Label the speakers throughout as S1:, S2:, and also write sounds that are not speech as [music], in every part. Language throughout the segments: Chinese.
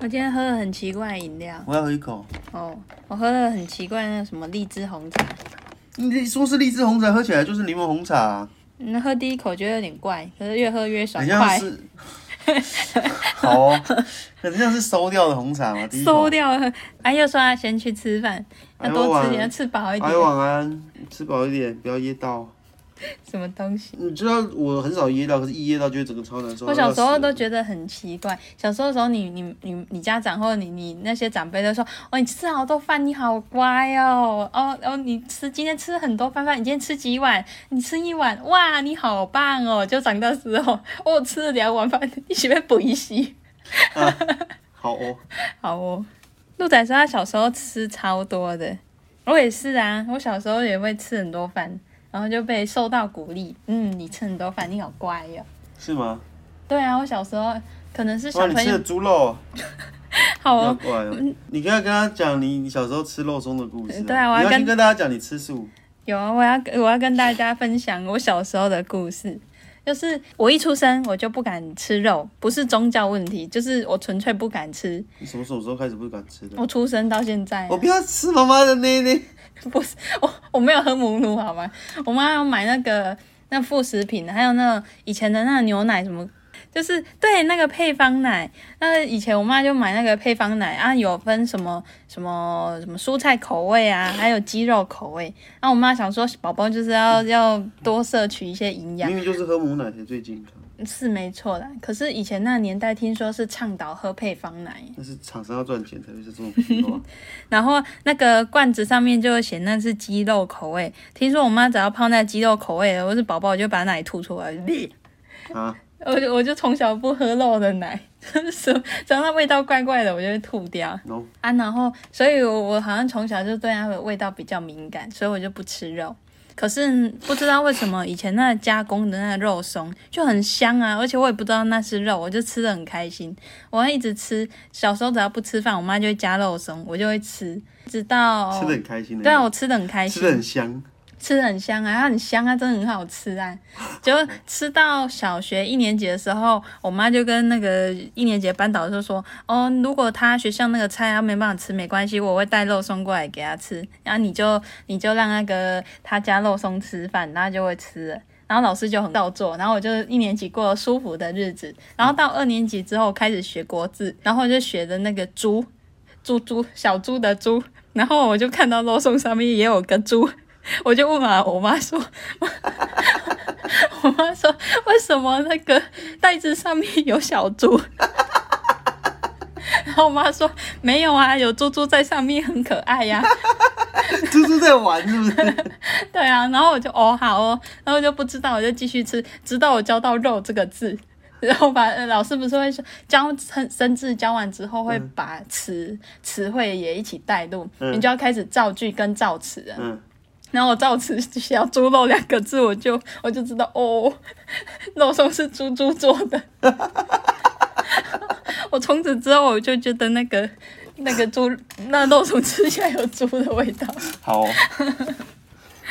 S1: 我今天喝了很奇怪的饮料
S2: 我要喝一口。
S1: 哦，我喝了很奇怪的那个什么荔枝红茶，
S2: 你说是荔枝红茶，喝起来就是柠檬红茶、啊，
S1: 那嗯喝第一口觉得有点怪，可是越喝越爽
S2: 很像
S1: 快，
S2: 是， [laughs] 好哦，很像是馊掉的红茶嘛。第一口
S1: 馊。掉了。哎，又说要先去吃饭，
S2: 哎
S1: 要
S2: 呦
S1: 多吃
S2: 晚
S1: 点，要吃饱一点
S2: 哎，。晚安，吃饱一点，不要噎到。
S1: 什么东西？
S2: 你知道我很少噎到，可是一噎到就会整个超难受。
S1: 我小时候都
S2: 要死
S1: 觉得很奇怪，小时候的时候你，你你你家长或者你你那些长辈都说，哦，你吃好多饭，你好乖哦，哦哦，你吃今天吃很多饭饭，你今天吃几碗？你吃一碗，哇，你好棒哦！就长大之后，哦，吃了两碗饭，一起被补一洗。
S2: 好哦，
S1: [laughs] 好哦，鹿仔说他小时候吃超多的，我也是啊，我小时候也会吃很多饭，然后就被受到鼓励，嗯，你吃很多饭，你好乖哟、哦。
S2: 是吗？
S1: 对啊，我小时候可能是小
S2: 哇，你
S1: 朋
S2: 吃
S1: 友
S2: 的猪肉，
S1: 好
S2: 要
S1: 哦，
S2: 怪哦。你刚刚跟他讲你你小时候吃肉松的故事、
S1: 对啊我要
S2: 你要先
S1: 跟
S2: 跟大家讲你吃素。
S1: 有啊，我要我要跟大家分享我小时候的故事。就是我一出生我就不敢吃肉，不是宗教问题，就是我纯粹不敢吃。
S2: 你什么什么时候开始不敢吃的？
S1: 我出生到现在啊、
S2: 我不要吃妈妈的内内。
S1: 不是 [laughs] 我，我没有喝母乳好吗？我妈要买那个那副食品，还有那种以前的那个牛奶什么，就是对那个配方奶。那以前我妈就买那个配方奶啊，有分什么什么什么蔬菜口味啊，还有鸡肉口味。那我妈想说，宝宝就是要要多摄取一些营养，
S2: 明明就是喝母奶才最健康，
S1: 是没错的。可是以前那个年代，听说是倡导喝配方奶。
S2: 但是厂商要赚钱才会是这种情况。
S1: 然后那个罐子上面就写那是鸡肉口味。听说我妈只要泡那鸡肉口味的，我是宝宝我就把奶吐出来。 [laughs]
S2: 啊，
S1: 我就我就从小不喝肉的奶， [laughs] 是只要那味道怪怪的，我就会吐掉
S2: No
S1: 啊。然后，所以我我好像从小就对它的味道比较敏感，所以我就不吃肉。可是不知道为什么以前那加工的那肉松就很香啊，而且我也不知道那是肉，我就吃的很开心。我还一直吃，小时候只要不吃饭，我妈就会加肉松，我就会吃，直到
S2: 吃的很开心的。
S1: 哦对啊，我吃的很开
S2: 吃
S1: 心
S2: 的，很香。
S1: 吃的很香啊，它很香啊，真的很好吃啊。就吃到小学一年级的时候，我妈就跟那个一年级的班导就说：“哦，如果他学校那个菜他没办法吃，没关系，我会带肉松过来给他吃。然后你就你就让那个他加肉松吃饭，然后他就会吃了。”然后老师就很照做，然后我就一年级过了舒服的日子。然后到二年级之后开始学国字，然后我就学的那个猪，猪猪小猪的猪。然后我就看到肉松上面也有个猪，我就问嘛我妈说，我妈说为什么那个袋子上面有小猪？ [laughs] 然后我妈说没有啊，有猪猪在上面很可爱呀、
S2: 猪猪在玩是
S1: [laughs]
S2: 不是？
S1: 对啊，然后我就哦好哦，然后我就不知道，我就继续吃，直到我教到“肉”这个字。然后把呃老师不是会说教生生字教完之后，会把词词汇也一起带入，
S2: 嗯
S1: 你就要开始造句跟造词了。
S2: 嗯，
S1: 然后我照吃小猪肉两个字，我就我就知道哦， [laughs] 肉松是猪猪做的。 [laughs] 我从此之后我就觉得那个那个猪那肉松吃起来有猪的味道。
S2: 好、哦。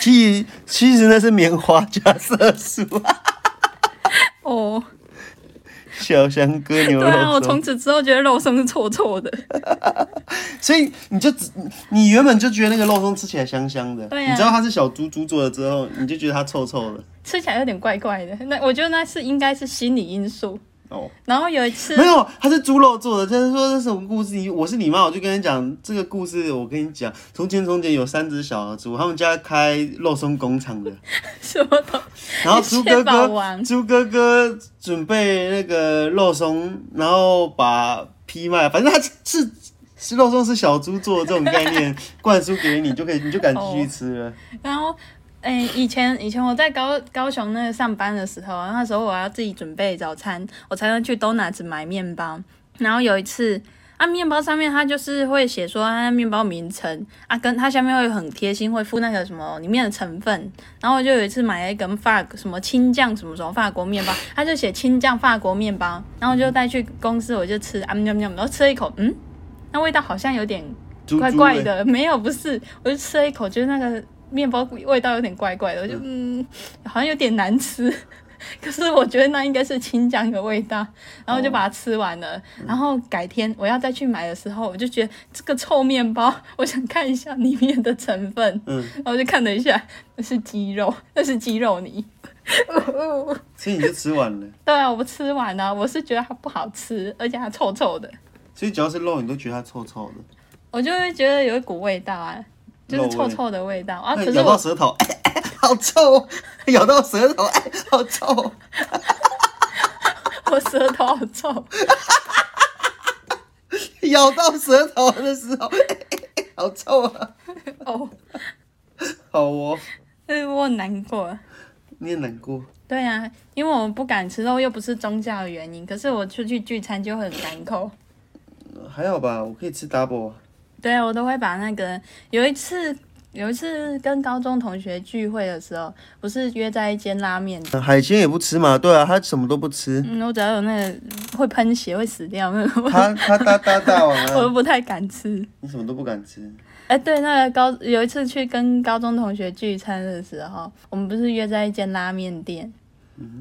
S2: 其实其实那是棉花加色素，啊
S1: 哦，
S2: 小香哥牛
S1: 对
S2: 肉
S1: 啊，我
S2: 松
S1: 从此之后觉得肉松是臭臭的。
S2: 所以你就只你原本就觉得那个肉松吃起来香香的，
S1: 对啊
S2: 你知道它是小猪猪做的之后，你就觉得它臭臭的。
S1: 吃起来有点怪怪的，那我觉得那是应该是心理因素。
S2: 哦，
S1: 然后有一次
S2: 没，有，它是猪肉做的。就是说这是什么故事？你我是你妈，我就跟你讲这个故事。我跟你讲，从前从前有三只小猪，他们家开肉松工厂
S1: [laughs]
S2: 的。
S1: 什么都
S2: 然后猪哥
S1: 蟹堡
S2: 哥，
S1: 王
S2: 猪哥哥准备那个肉松，然后把批卖，反正他是是肉松是小猪做的这种概念灌输给你，就可以你就敢继
S1: 哦
S2: 续吃了。
S1: 然后，诶、以前以前我在高高雄那个上班的时候啊，那时候我要自己准备早餐，我才能去 Donuts 买面包。然后有一次，啊，面包上面它就是会写说它面包名称啊，跟它下面会很贴心，会附那个什么里面的成分。然后我就有一次买了一根法什么青酱什么什么法国面包，它就写青酱法国面包，然后我就带去公司我就吃啊喵喵，然后吃了一口，嗯，那味道好像有点
S2: 猪
S1: 怪
S2: 猪
S1: 怪
S2: 欸，
S1: 的，没有，不是，我就嗯吃了一口，觉得那个面包味道有点怪怪的，我就嗯，好像有点难吃， [laughs] 可是我觉得那应该是青酱的味道，然后就把它吃完
S2: 哦
S1: 了。
S2: 嗯
S1: 然后改天我要再去买的时候，我就觉得这个臭面包，我想看一下里面的成分，
S2: 嗯
S1: 然后就看了一下，那是鸡肉，那是鸡肉泥。
S2: 所以你就吃完了。
S1: 对啊，我吃完了，我是觉得它不好吃，而且它臭臭的，
S2: 所以只要是肉，你都觉得它臭臭的，
S1: 我就会觉得有一股味道啊，就是
S2: 肉
S1: 臭
S2: 味
S1: 臭的味道啊。
S2: 那
S1: 可是
S2: 咬到
S1: 我
S2: 舌头，哎哎好臭哦！咬到舌头，哎，好臭哦！
S1: [laughs] 我舌头好臭。
S2: 咬到舌头的时候，哎哎哎好臭啊！
S1: [laughs] 哦，
S2: 好哦，
S1: 嗯，我很难过。
S2: 你也难过，
S1: 对啊，因为我不敢吃肉，又不是宗教的原因，可是我出去聚餐就很干口。
S2: 还好吧？我可以吃 double 啊。
S1: 对啊，我都会把那个有一次。有一次跟高中同学聚会的时候，不是约在一间拉面，
S2: 呃海鲜也不吃嘛？对啊，他什么都
S1: [laughs]
S2: 不吃，
S1: 嗯，我只要有那个会喷血、会死掉 [laughs] 那个，
S2: 他他大大大王
S1: 我都
S2: 啊，
S1: 不太敢吃。
S2: 你什么都不敢吃。
S1: 哎，对，那个高有一次去跟高中同学聚餐的时候，我们不是约在一间拉面店，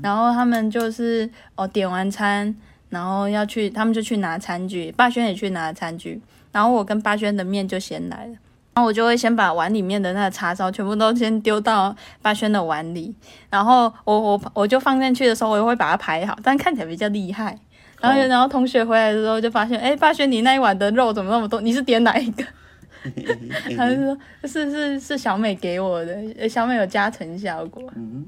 S1: 然后他们就是哦点完餐，然后要去，他们就去拿餐具，霸轩也去拿餐具，然后我跟霸轩的面就先来了。然后我就会先把碗里面的那个叉烧全部都先丢到霸轩的碗里，然后我我我就放进去的时候，我也会把它排好，但看起来比较厉害。然后、
S2: 哦
S1: 然后同学回来的时候就发现，哎，霸轩你那一碗的肉怎么那么多？你是点哪一个？他就说是是是小美给我的，呃小美有加成效果。
S2: 嗯，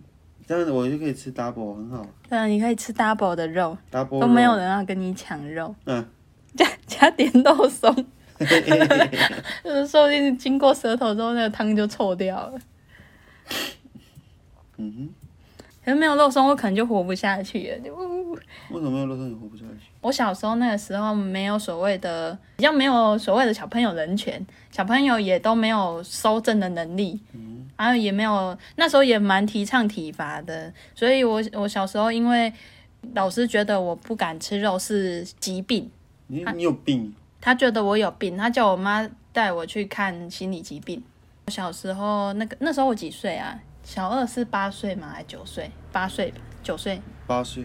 S2: 这样子我就可以吃 double，很好
S1: 对啊，你可以吃 double 的肉，
S2: ，double
S1: 都没有
S2: 肉。
S1: 人要跟你抢肉，
S2: 嗯，
S1: [laughs] 加加点肉松，就是说不定经过舌头之后，那个汤就臭掉了。
S2: 嗯
S1: 可是没有肉松，我可能就活不下去了。就呜呜
S2: 哼，为什么没有肉松你活不下去？
S1: 我小时候那个时候没有所谓的，比较没有所谓的小朋友人权，小朋友也都没有收证的能力，然后也没有那时候也蛮提倡体罚的，所以我我小时候因为老师觉得我不敢吃肉是疾病，
S2: 你
S1: 啊
S2: 你有病？
S1: 他觉得我有病，他叫我妈带我去看心理疾病。我小时候那个那时候我几岁啊？小二是八岁吗？还九岁？八岁吧，九岁。
S2: 八岁，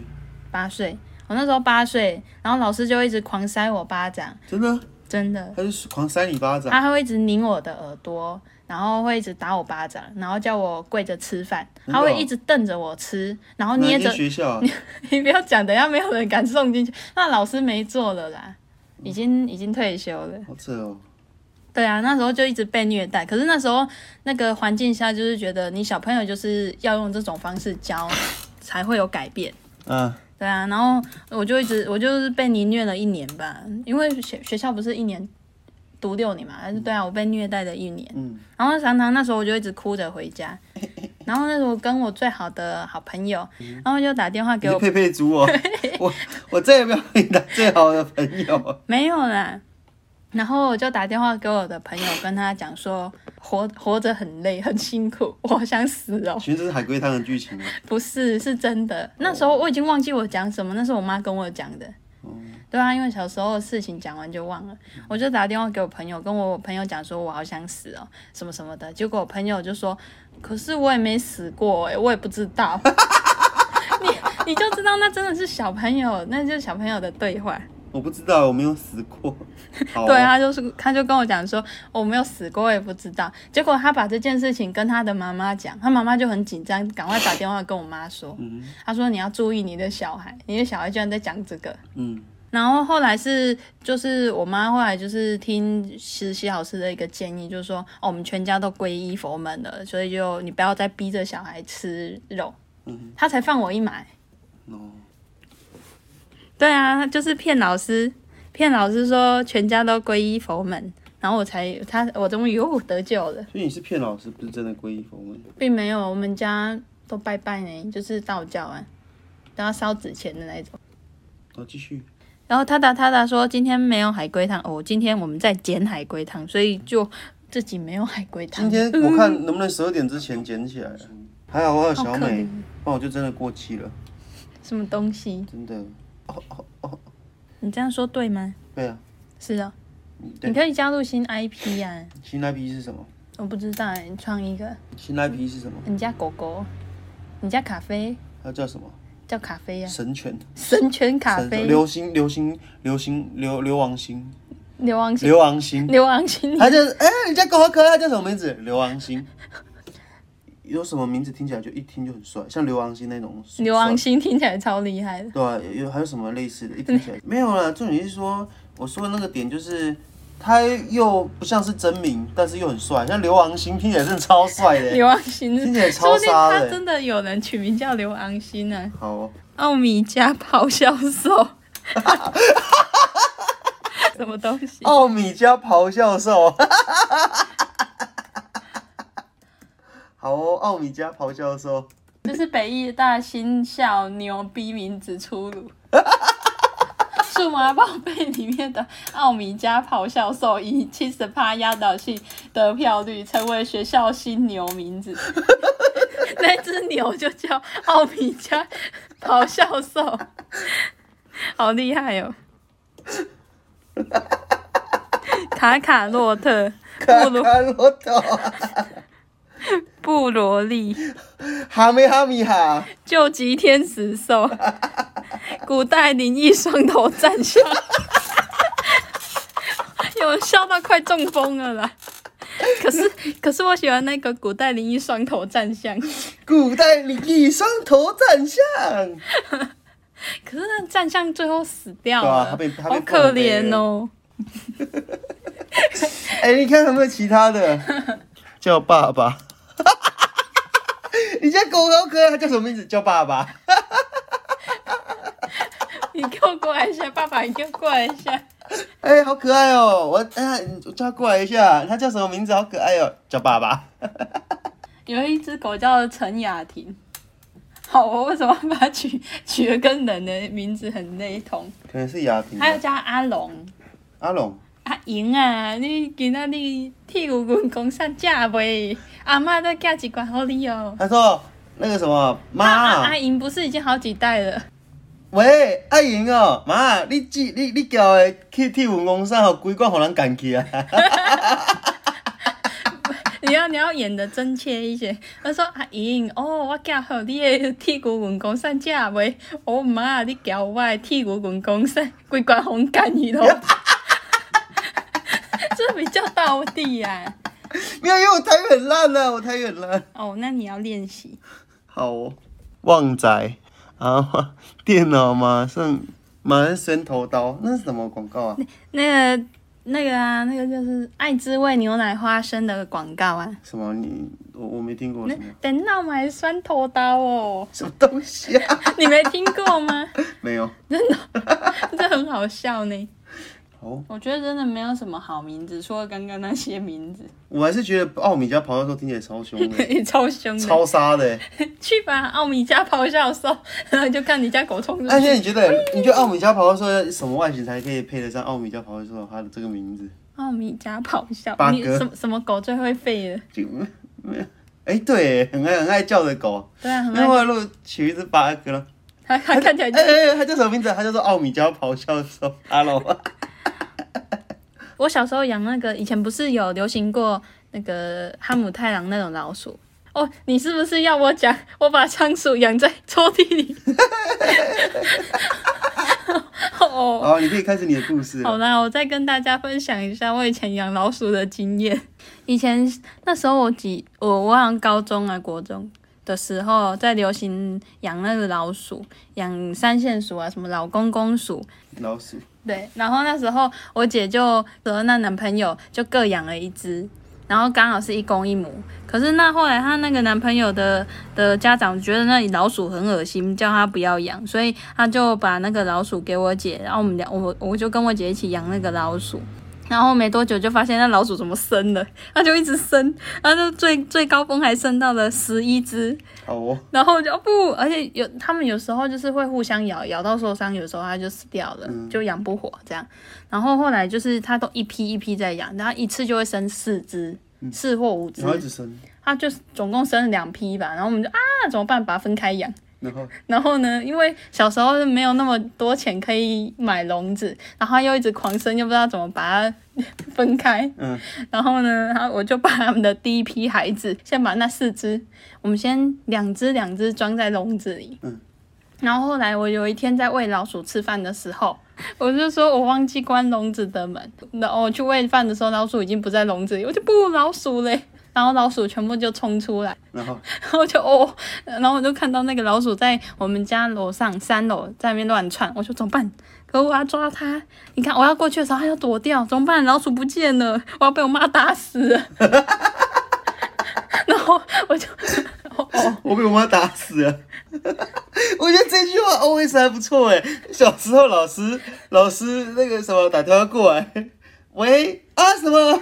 S1: 八岁，我那时候八岁，然后老师就一直狂塞我巴掌，
S2: 真的，啊
S1: 真的，
S2: 他就狂扇你巴掌。
S1: 他还会一直拧我的耳朵，然后会一直打我巴掌，然后叫我跪着吃饭，
S2: 真的
S1: 他
S2: 哦
S1: 会一直瞪着我吃，然后
S2: 哪
S1: 捏
S2: 一
S1: 着
S2: 间，学校啊？
S1: [laughs] 你不要讲，等一下没有人敢送进去，那老师没做了啦，已经已经退休了。
S2: 好扯哦。
S1: 对啊，那时候就一直被虐待，可是那时候那个环境下，就是觉得你小朋友就是要用这种方式教，才会有改变。
S2: 啊，
S1: 对啊，然后我就一直我就是被你虐了一年吧，因为学学校不是一年读六年嘛，还是对啊，我被虐待了一年，
S2: 嗯，
S1: 然后常常那时候我就一直哭着回家，然后那时候我跟我最好的好朋友，然后就打电话
S2: 你
S1: 给
S2: 是
S1: 我，
S2: 佩佩猪哦， [laughs] 我我再也不要跟你当最好的朋友
S1: [laughs]
S2: 了。
S1: 没有啦，然后我就打电话给我的朋友，跟他讲说活活着很累很辛苦， [laughs] 我好想死哦，
S2: 其实这是海龟汤的剧情啊。
S1: 不是，是真的。那时候我已经忘记我讲什么，那是我妈跟我讲的。对啊，因为小时候的事情讲完就忘了，我就打电话给我朋友，跟我朋友讲说，我好想死哦，什么什么的。结果我朋友就说，可是我也没死过哎、我也不知道。 [laughs] 你你就知道那真的是小朋友，那就是小朋友的对话。
S2: 我不知道，我没有死
S1: [laughs]
S2: 过。好哦
S1: 对，啊他就是他就跟我讲说我没有死过，我也不知道。结果他把这件事情跟他的妈妈讲，他妈妈就很紧张，赶快打电话跟我妈说，他说你要注意你的小孩，你的小孩居然在讲这个。
S2: 嗯，
S1: 然后后来是，就是我妈后来就是听实习老师的一个建议，就是说，哦，我们全家都皈依佛门了，所以就你不要再逼着小孩吃肉，他才放我一马欸。
S2: 哦，
S1: 对啊，就是骗老师，骗老师说全家都皈依佛门，然后我才他我终于哦得救了，
S2: 所以你是骗老师，不是真的皈依佛门。
S1: 并没有我们家都拜拜呢，就是道教啊，都要烧纸钱的那一种。
S2: 好，继续。
S1: 然后他达他达说今天没有海龟汤哦，今天我们在捡海龟汤，所以就自己没有海龟汤。
S2: 今天我看能不能十二点之前捡起来啊。还好我有小
S1: 嗯好可
S2: 美
S1: 怜，
S2: 不然我就真的过期了，
S1: 什么东西？
S2: 真的。哦哦哦，
S1: 你这样说对吗？
S2: 对啊，
S1: 是哦，你
S2: 对，
S1: 可以加入新 IP 啊，
S2: 新 IP 是什么？
S1: 我不知道欸，你创一个，
S2: 新 IP 是什么？
S1: 你家狗狗，你家咖啡，
S2: 它叫什么？
S1: 叫咖啡哎呀、
S2: 神犬，
S1: 神犬咖
S2: 神犬
S1: 啡，
S2: 流星，流星，流星，流流王星，
S1: 牛王星，
S2: 流王星，
S1: 牛王星，
S2: 它就是哎、人家狗好可爱，它叫什么名字？流王星。有什么名字听起来就一听就很帅，像流王星那种。
S1: 牛王星听起来超厉害的。
S2: 对啊，有还有什么类似的？一听起来没有啦。重点是说，我说的那个点就是，他又不像是真名，但是又很帅，像刘昂星听起来真的超帅的、
S1: 牛王星，
S2: 听起来
S1: 说
S2: 超
S1: 不定
S2: 杀的欸
S1: 他真的有人取名叫牛王啊星呢、
S2: 好哦，
S1: 奥米加咆哮兽， [laughs] 什么东西？
S2: 奥米加咆哮兽，好哦，奥米加咆哮兽，
S1: 这是北艺大新校牛逼名字出炉，《数码宝贝》里面的奥米加咆哮兽以七十趴压倒性得票率成为学校新牛名字。 [laughs] 那只牛就叫奥米加咆哮兽，好厉害哦！卡卡洛特、
S2: 卡
S1: 布
S2: [laughs]
S1: 罗
S2: 卡罗托，
S1: 布罗利。
S2: 哈梅哈米哈，
S1: 救急天使
S2: [laughs]
S1: 兽，古代灵异双头战象， [laughs] 有笑到快中风了啦。可是，可是我喜欢那个古代灵异双头战象，
S2: 古代灵异双头战象，
S1: 可是那战象最后死掉
S2: 对啊
S1: 了，
S2: 他被他被
S1: 好可
S2: 放飞了
S1: 怜哦。
S2: 哎、你看有没有其他的？叫爸爸。 [laughs] 你家狗好可爱，它叫什么名字？叫爸爸。
S1: 你给我过来一下，爸爸，你给我过来一下。
S2: 哎、好可爱哦！我哎、呀，你叫它过来一下，它叫什么名字？好可爱哦，叫爸爸。
S1: 有一只狗叫陈雅婷，好，我为什么要把它取取了跟人的名字很雷同？
S2: 可能是雅婷吧。
S1: 还有叫阿龙。
S2: 阿龙，
S1: 阿英啊，你今仔日铁牛棍讲啥食袂？阿嬷都寄一罐互你哦。
S2: 他说那个什么妈、
S1: 啊啊阿英不是已经好几代了？ [laughs]
S2: 喂，阿莹哦，妈，你这你你叫的去替文工山，吼，规罐互人干去啊！ [laughs]
S1: 你要你要演的真切一些。我说阿英，哦，我寄互你 [laughs] 的铁牛棍讲啥食袂？哦妈，你交我的铁牛棍讲啥？规罐红干去咯。 [laughs] 这比较到地啊。
S2: 没有，因为我台语很烂啊，我台语很烂。
S1: 哦，那你要练习。
S2: 好哦，旺仔啊， [laughs] 电脑马上马上伸头刀，那是什么广告啊？
S1: 那个那个啊，那个就是爱滋味牛奶花生的广告啊。
S2: 什么？你我我没听过什么
S1: 等那我们还酸头刀哦， [laughs]
S2: 什么东西啊？
S1: 你没听过吗？ [laughs]
S2: 没有。
S1: 这很好笑呢。
S2: 哦，
S1: 我觉得真的没有什么好名字，除了刚刚那些名字，
S2: 我还是觉得奥米加咆哮兽听起来超凶
S1: [laughs]
S2: 的，
S1: 也超凶的。
S2: 超杀的欸。
S1: 嗯去吧，奥米加咆哮兽， [laughs] 然后就看你家狗冲出
S2: 而且
S1: 去。
S2: 你觉得，你觉得奥米加咆哮兽要什么外形才可以配得上奥米加咆哮兽它的这个名字？
S1: 奥米加咆哮
S2: 八，
S1: 你
S2: 哥
S1: 什么什么狗最会吠的？
S2: 就 [laughs] 没有。哎、对欸，很爱很爱叫的狗，
S1: 对啊，很
S2: 那
S1: 爱
S2: 我录取一只八哥了。
S1: 它它看起来就
S2: 哎哎，哎它叫什么名字啊？它叫做奥米加咆哮兽。Hello，
S1: 我小时候养那个，以前不是有流行过那个哈姆太郎那种老鼠？哦，你是不是要我讲？我把仓鼠养在抽屉里。 [laughs] 哦，
S2: 好，你可以开始你的故事了。
S1: 好啦，我再跟大家分享一下我以前养老鼠的经验。以前那时候我几我我好像高中啊国中的时候，在流行养那个老鼠，养三线鼠啊，什么老公公鼠，
S2: 老鼠，
S1: 对，然后那时候我姐就和那男朋友就各养了一只，然后刚好是一公一母。可是那后来她那个男朋友的的家长觉得那里老鼠很恶心，叫她不要养，所以她就把那个老鼠给我姐，然后我们俩我我就跟我姐一起养那个老鼠。然后没多久就发现那老鼠怎么生了，它就一直生，然后就最最高峰还生到了十一只，
S2: 好哦，
S1: 然后我就哦不，而且有他们有时候就是会互相咬，咬到受伤，有时候它就死掉了，
S2: 嗯
S1: 就养不活这样。然后后来就是它都一批一批在养，然后一次就会生四只，四或五只
S2: 嗯然，后一直生，
S1: 它就是总共生了两批吧。然后我们就啊怎么办，把它分开养。
S2: 然后
S1: 然后呢，因为小时候没有那么多钱可以买笼子，然后又一直狂生，又不知道怎么把它 [laughs] 分开。
S2: 嗯，
S1: 然后呢，然后我就把他们的第一批孩子，先把那四只，我们先两只两只装在笼子里。
S2: 嗯。
S1: 然后后来我有一天在喂老鼠吃饭的时候，我就说我忘记关笼子的门，然后我去喂饭的时候，老鼠已经不在笼子里，我就不老鼠嘞，然后老鼠全部就冲出来。
S2: 然后
S1: 然后就哦，然后我就看到那个老鼠在我们家楼上三楼在那边乱窜，我说怎么办？可我要抓它，你看我要过去的时候它要躲掉，怎么办？老鼠不见了，我要被我妈打死了。 [laughs] 然后我就哦哦，
S2: 我被我妈打
S1: [laughs]
S2: 死了。我觉得这句话 always 还不错哎。小时候老师老师那个什么打电话过来，喂啊什么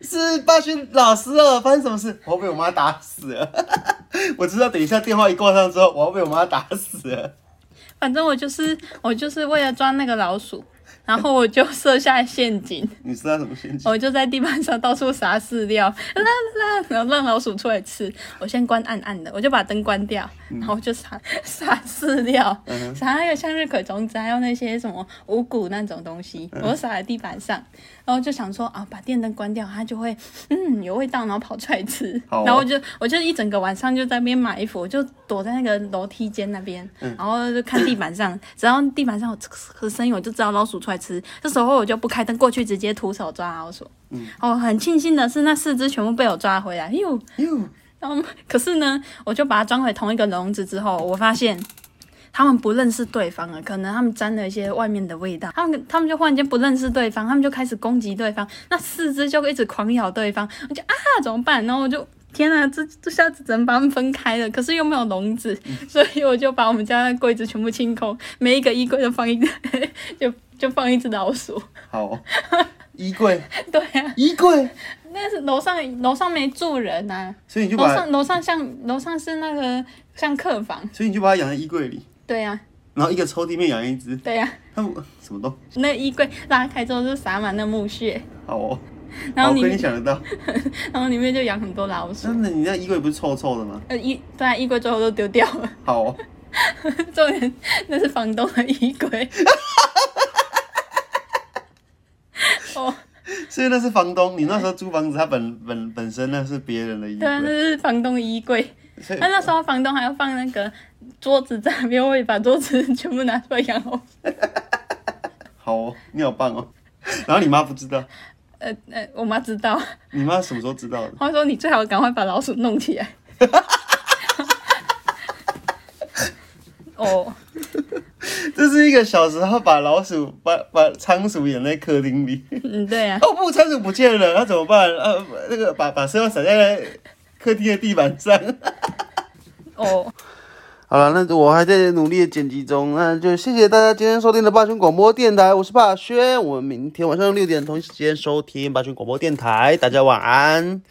S2: 是霸轩老师哦，发生什么事？我被我妈打死了。 [laughs] 我知道等一下电话一挂上之后，我要被我妈打死了。
S1: 反正我就是我就是为了抓那个老鼠，然后我就设下陷阱，
S2: 你知道什么陷阱？
S1: 我就在地板上到处撒饲料， [laughs] 啦啦，然后让老鼠出来吃。我先关暗暗的，我就把灯关掉，然后就撒撒饲料，撒那个向日葵种子，啊还有那些什么五谷那种东西，我就撒在地板上。然后就想说啊，把电灯关掉，它就会嗯有味道，然后跑出来吃。
S2: 好哦
S1: 然后我就我就一整个晚上就在那边埋伏，我就躲在那个楼梯间那边，
S2: 嗯
S1: 然后就看地板上，只要地板上有呲呲声音，我就知道老鼠出来吃。这时候我就不开灯过去，直接徒手抓老鼠。嗯，哦，很庆幸的是那四只全部被我抓回来。哟，
S2: 哟，
S1: 然后可是呢，我就把它装回同一个笼子之后，我发现。他们不认识对方了，可能他们沾了一些外面的味道，他们他们就忽然间不认识对方，他们就开始攻击对方，那四肢就一直狂咬对方，我就啊怎么办？然后我就天啊，这这下子只能把他们分开了，可是又没有笼子， [laughs] 所以我就把我们家的柜子全部清空，每一个 [laughs] 衣柜都放一只，就就放一只老鼠，
S2: 好哦，衣柜，
S1: 对啊，
S2: 衣柜，
S1: 但是楼上楼上没住人啊，
S2: 所以你就
S1: 楼
S2: 把，
S1: 上楼上像楼上是那个像客房，
S2: 所以你就把它养在衣柜里，
S1: 对呀、
S2: 然后一个抽屉里面养一只，
S1: 对呀、啊
S2: 它们什么都
S1: 那衣柜拉开之后就撒满那木屑，
S2: 好哦，
S1: 然后
S2: 好我
S1: 里
S2: 跟你
S1: 面
S2: 想得到。
S1: 然后里面就养很多老鼠，
S2: 真的，你那衣柜不是臭臭的吗？
S1: 呃衣对啊，衣柜最后都丢掉了， [laughs]
S2: 好、哦，
S1: 重点那是房东的衣柜。哦，
S2: 所以那是房东，你那时候租房子，他本本本身那是别人的衣
S1: 对啊，那
S2: 柜，
S1: 是房东的衣柜。
S2: 所以
S1: 那那时候房东还要放那个桌子在那边，我也把桌子全部拿出来养老鼠。
S2: 好哦，你好棒哦。然后你妈不知道，
S1: 呃呃， [laughs] 我妈知道，
S2: 你妈什么时候知道
S1: [laughs]
S2: 的？
S1: 她说你最好赶快把老鼠弄起来。 [laughs] 哦，
S2: 这是一个小时候把老鼠把把仓鼠养在客厅里，
S1: 嗯，对啊。
S2: 哦不，仓鼠不见了，那怎么办？呃，那个把把身上洒在客厅的地板上。
S1: 哦，
S2: 好了，那我还在努力的剪辑中，那就谢谢大家今天收听的霸权广播电台，我是霸轩，我们明天晚上六点同一时间收听霸权广播电台，大家晚安。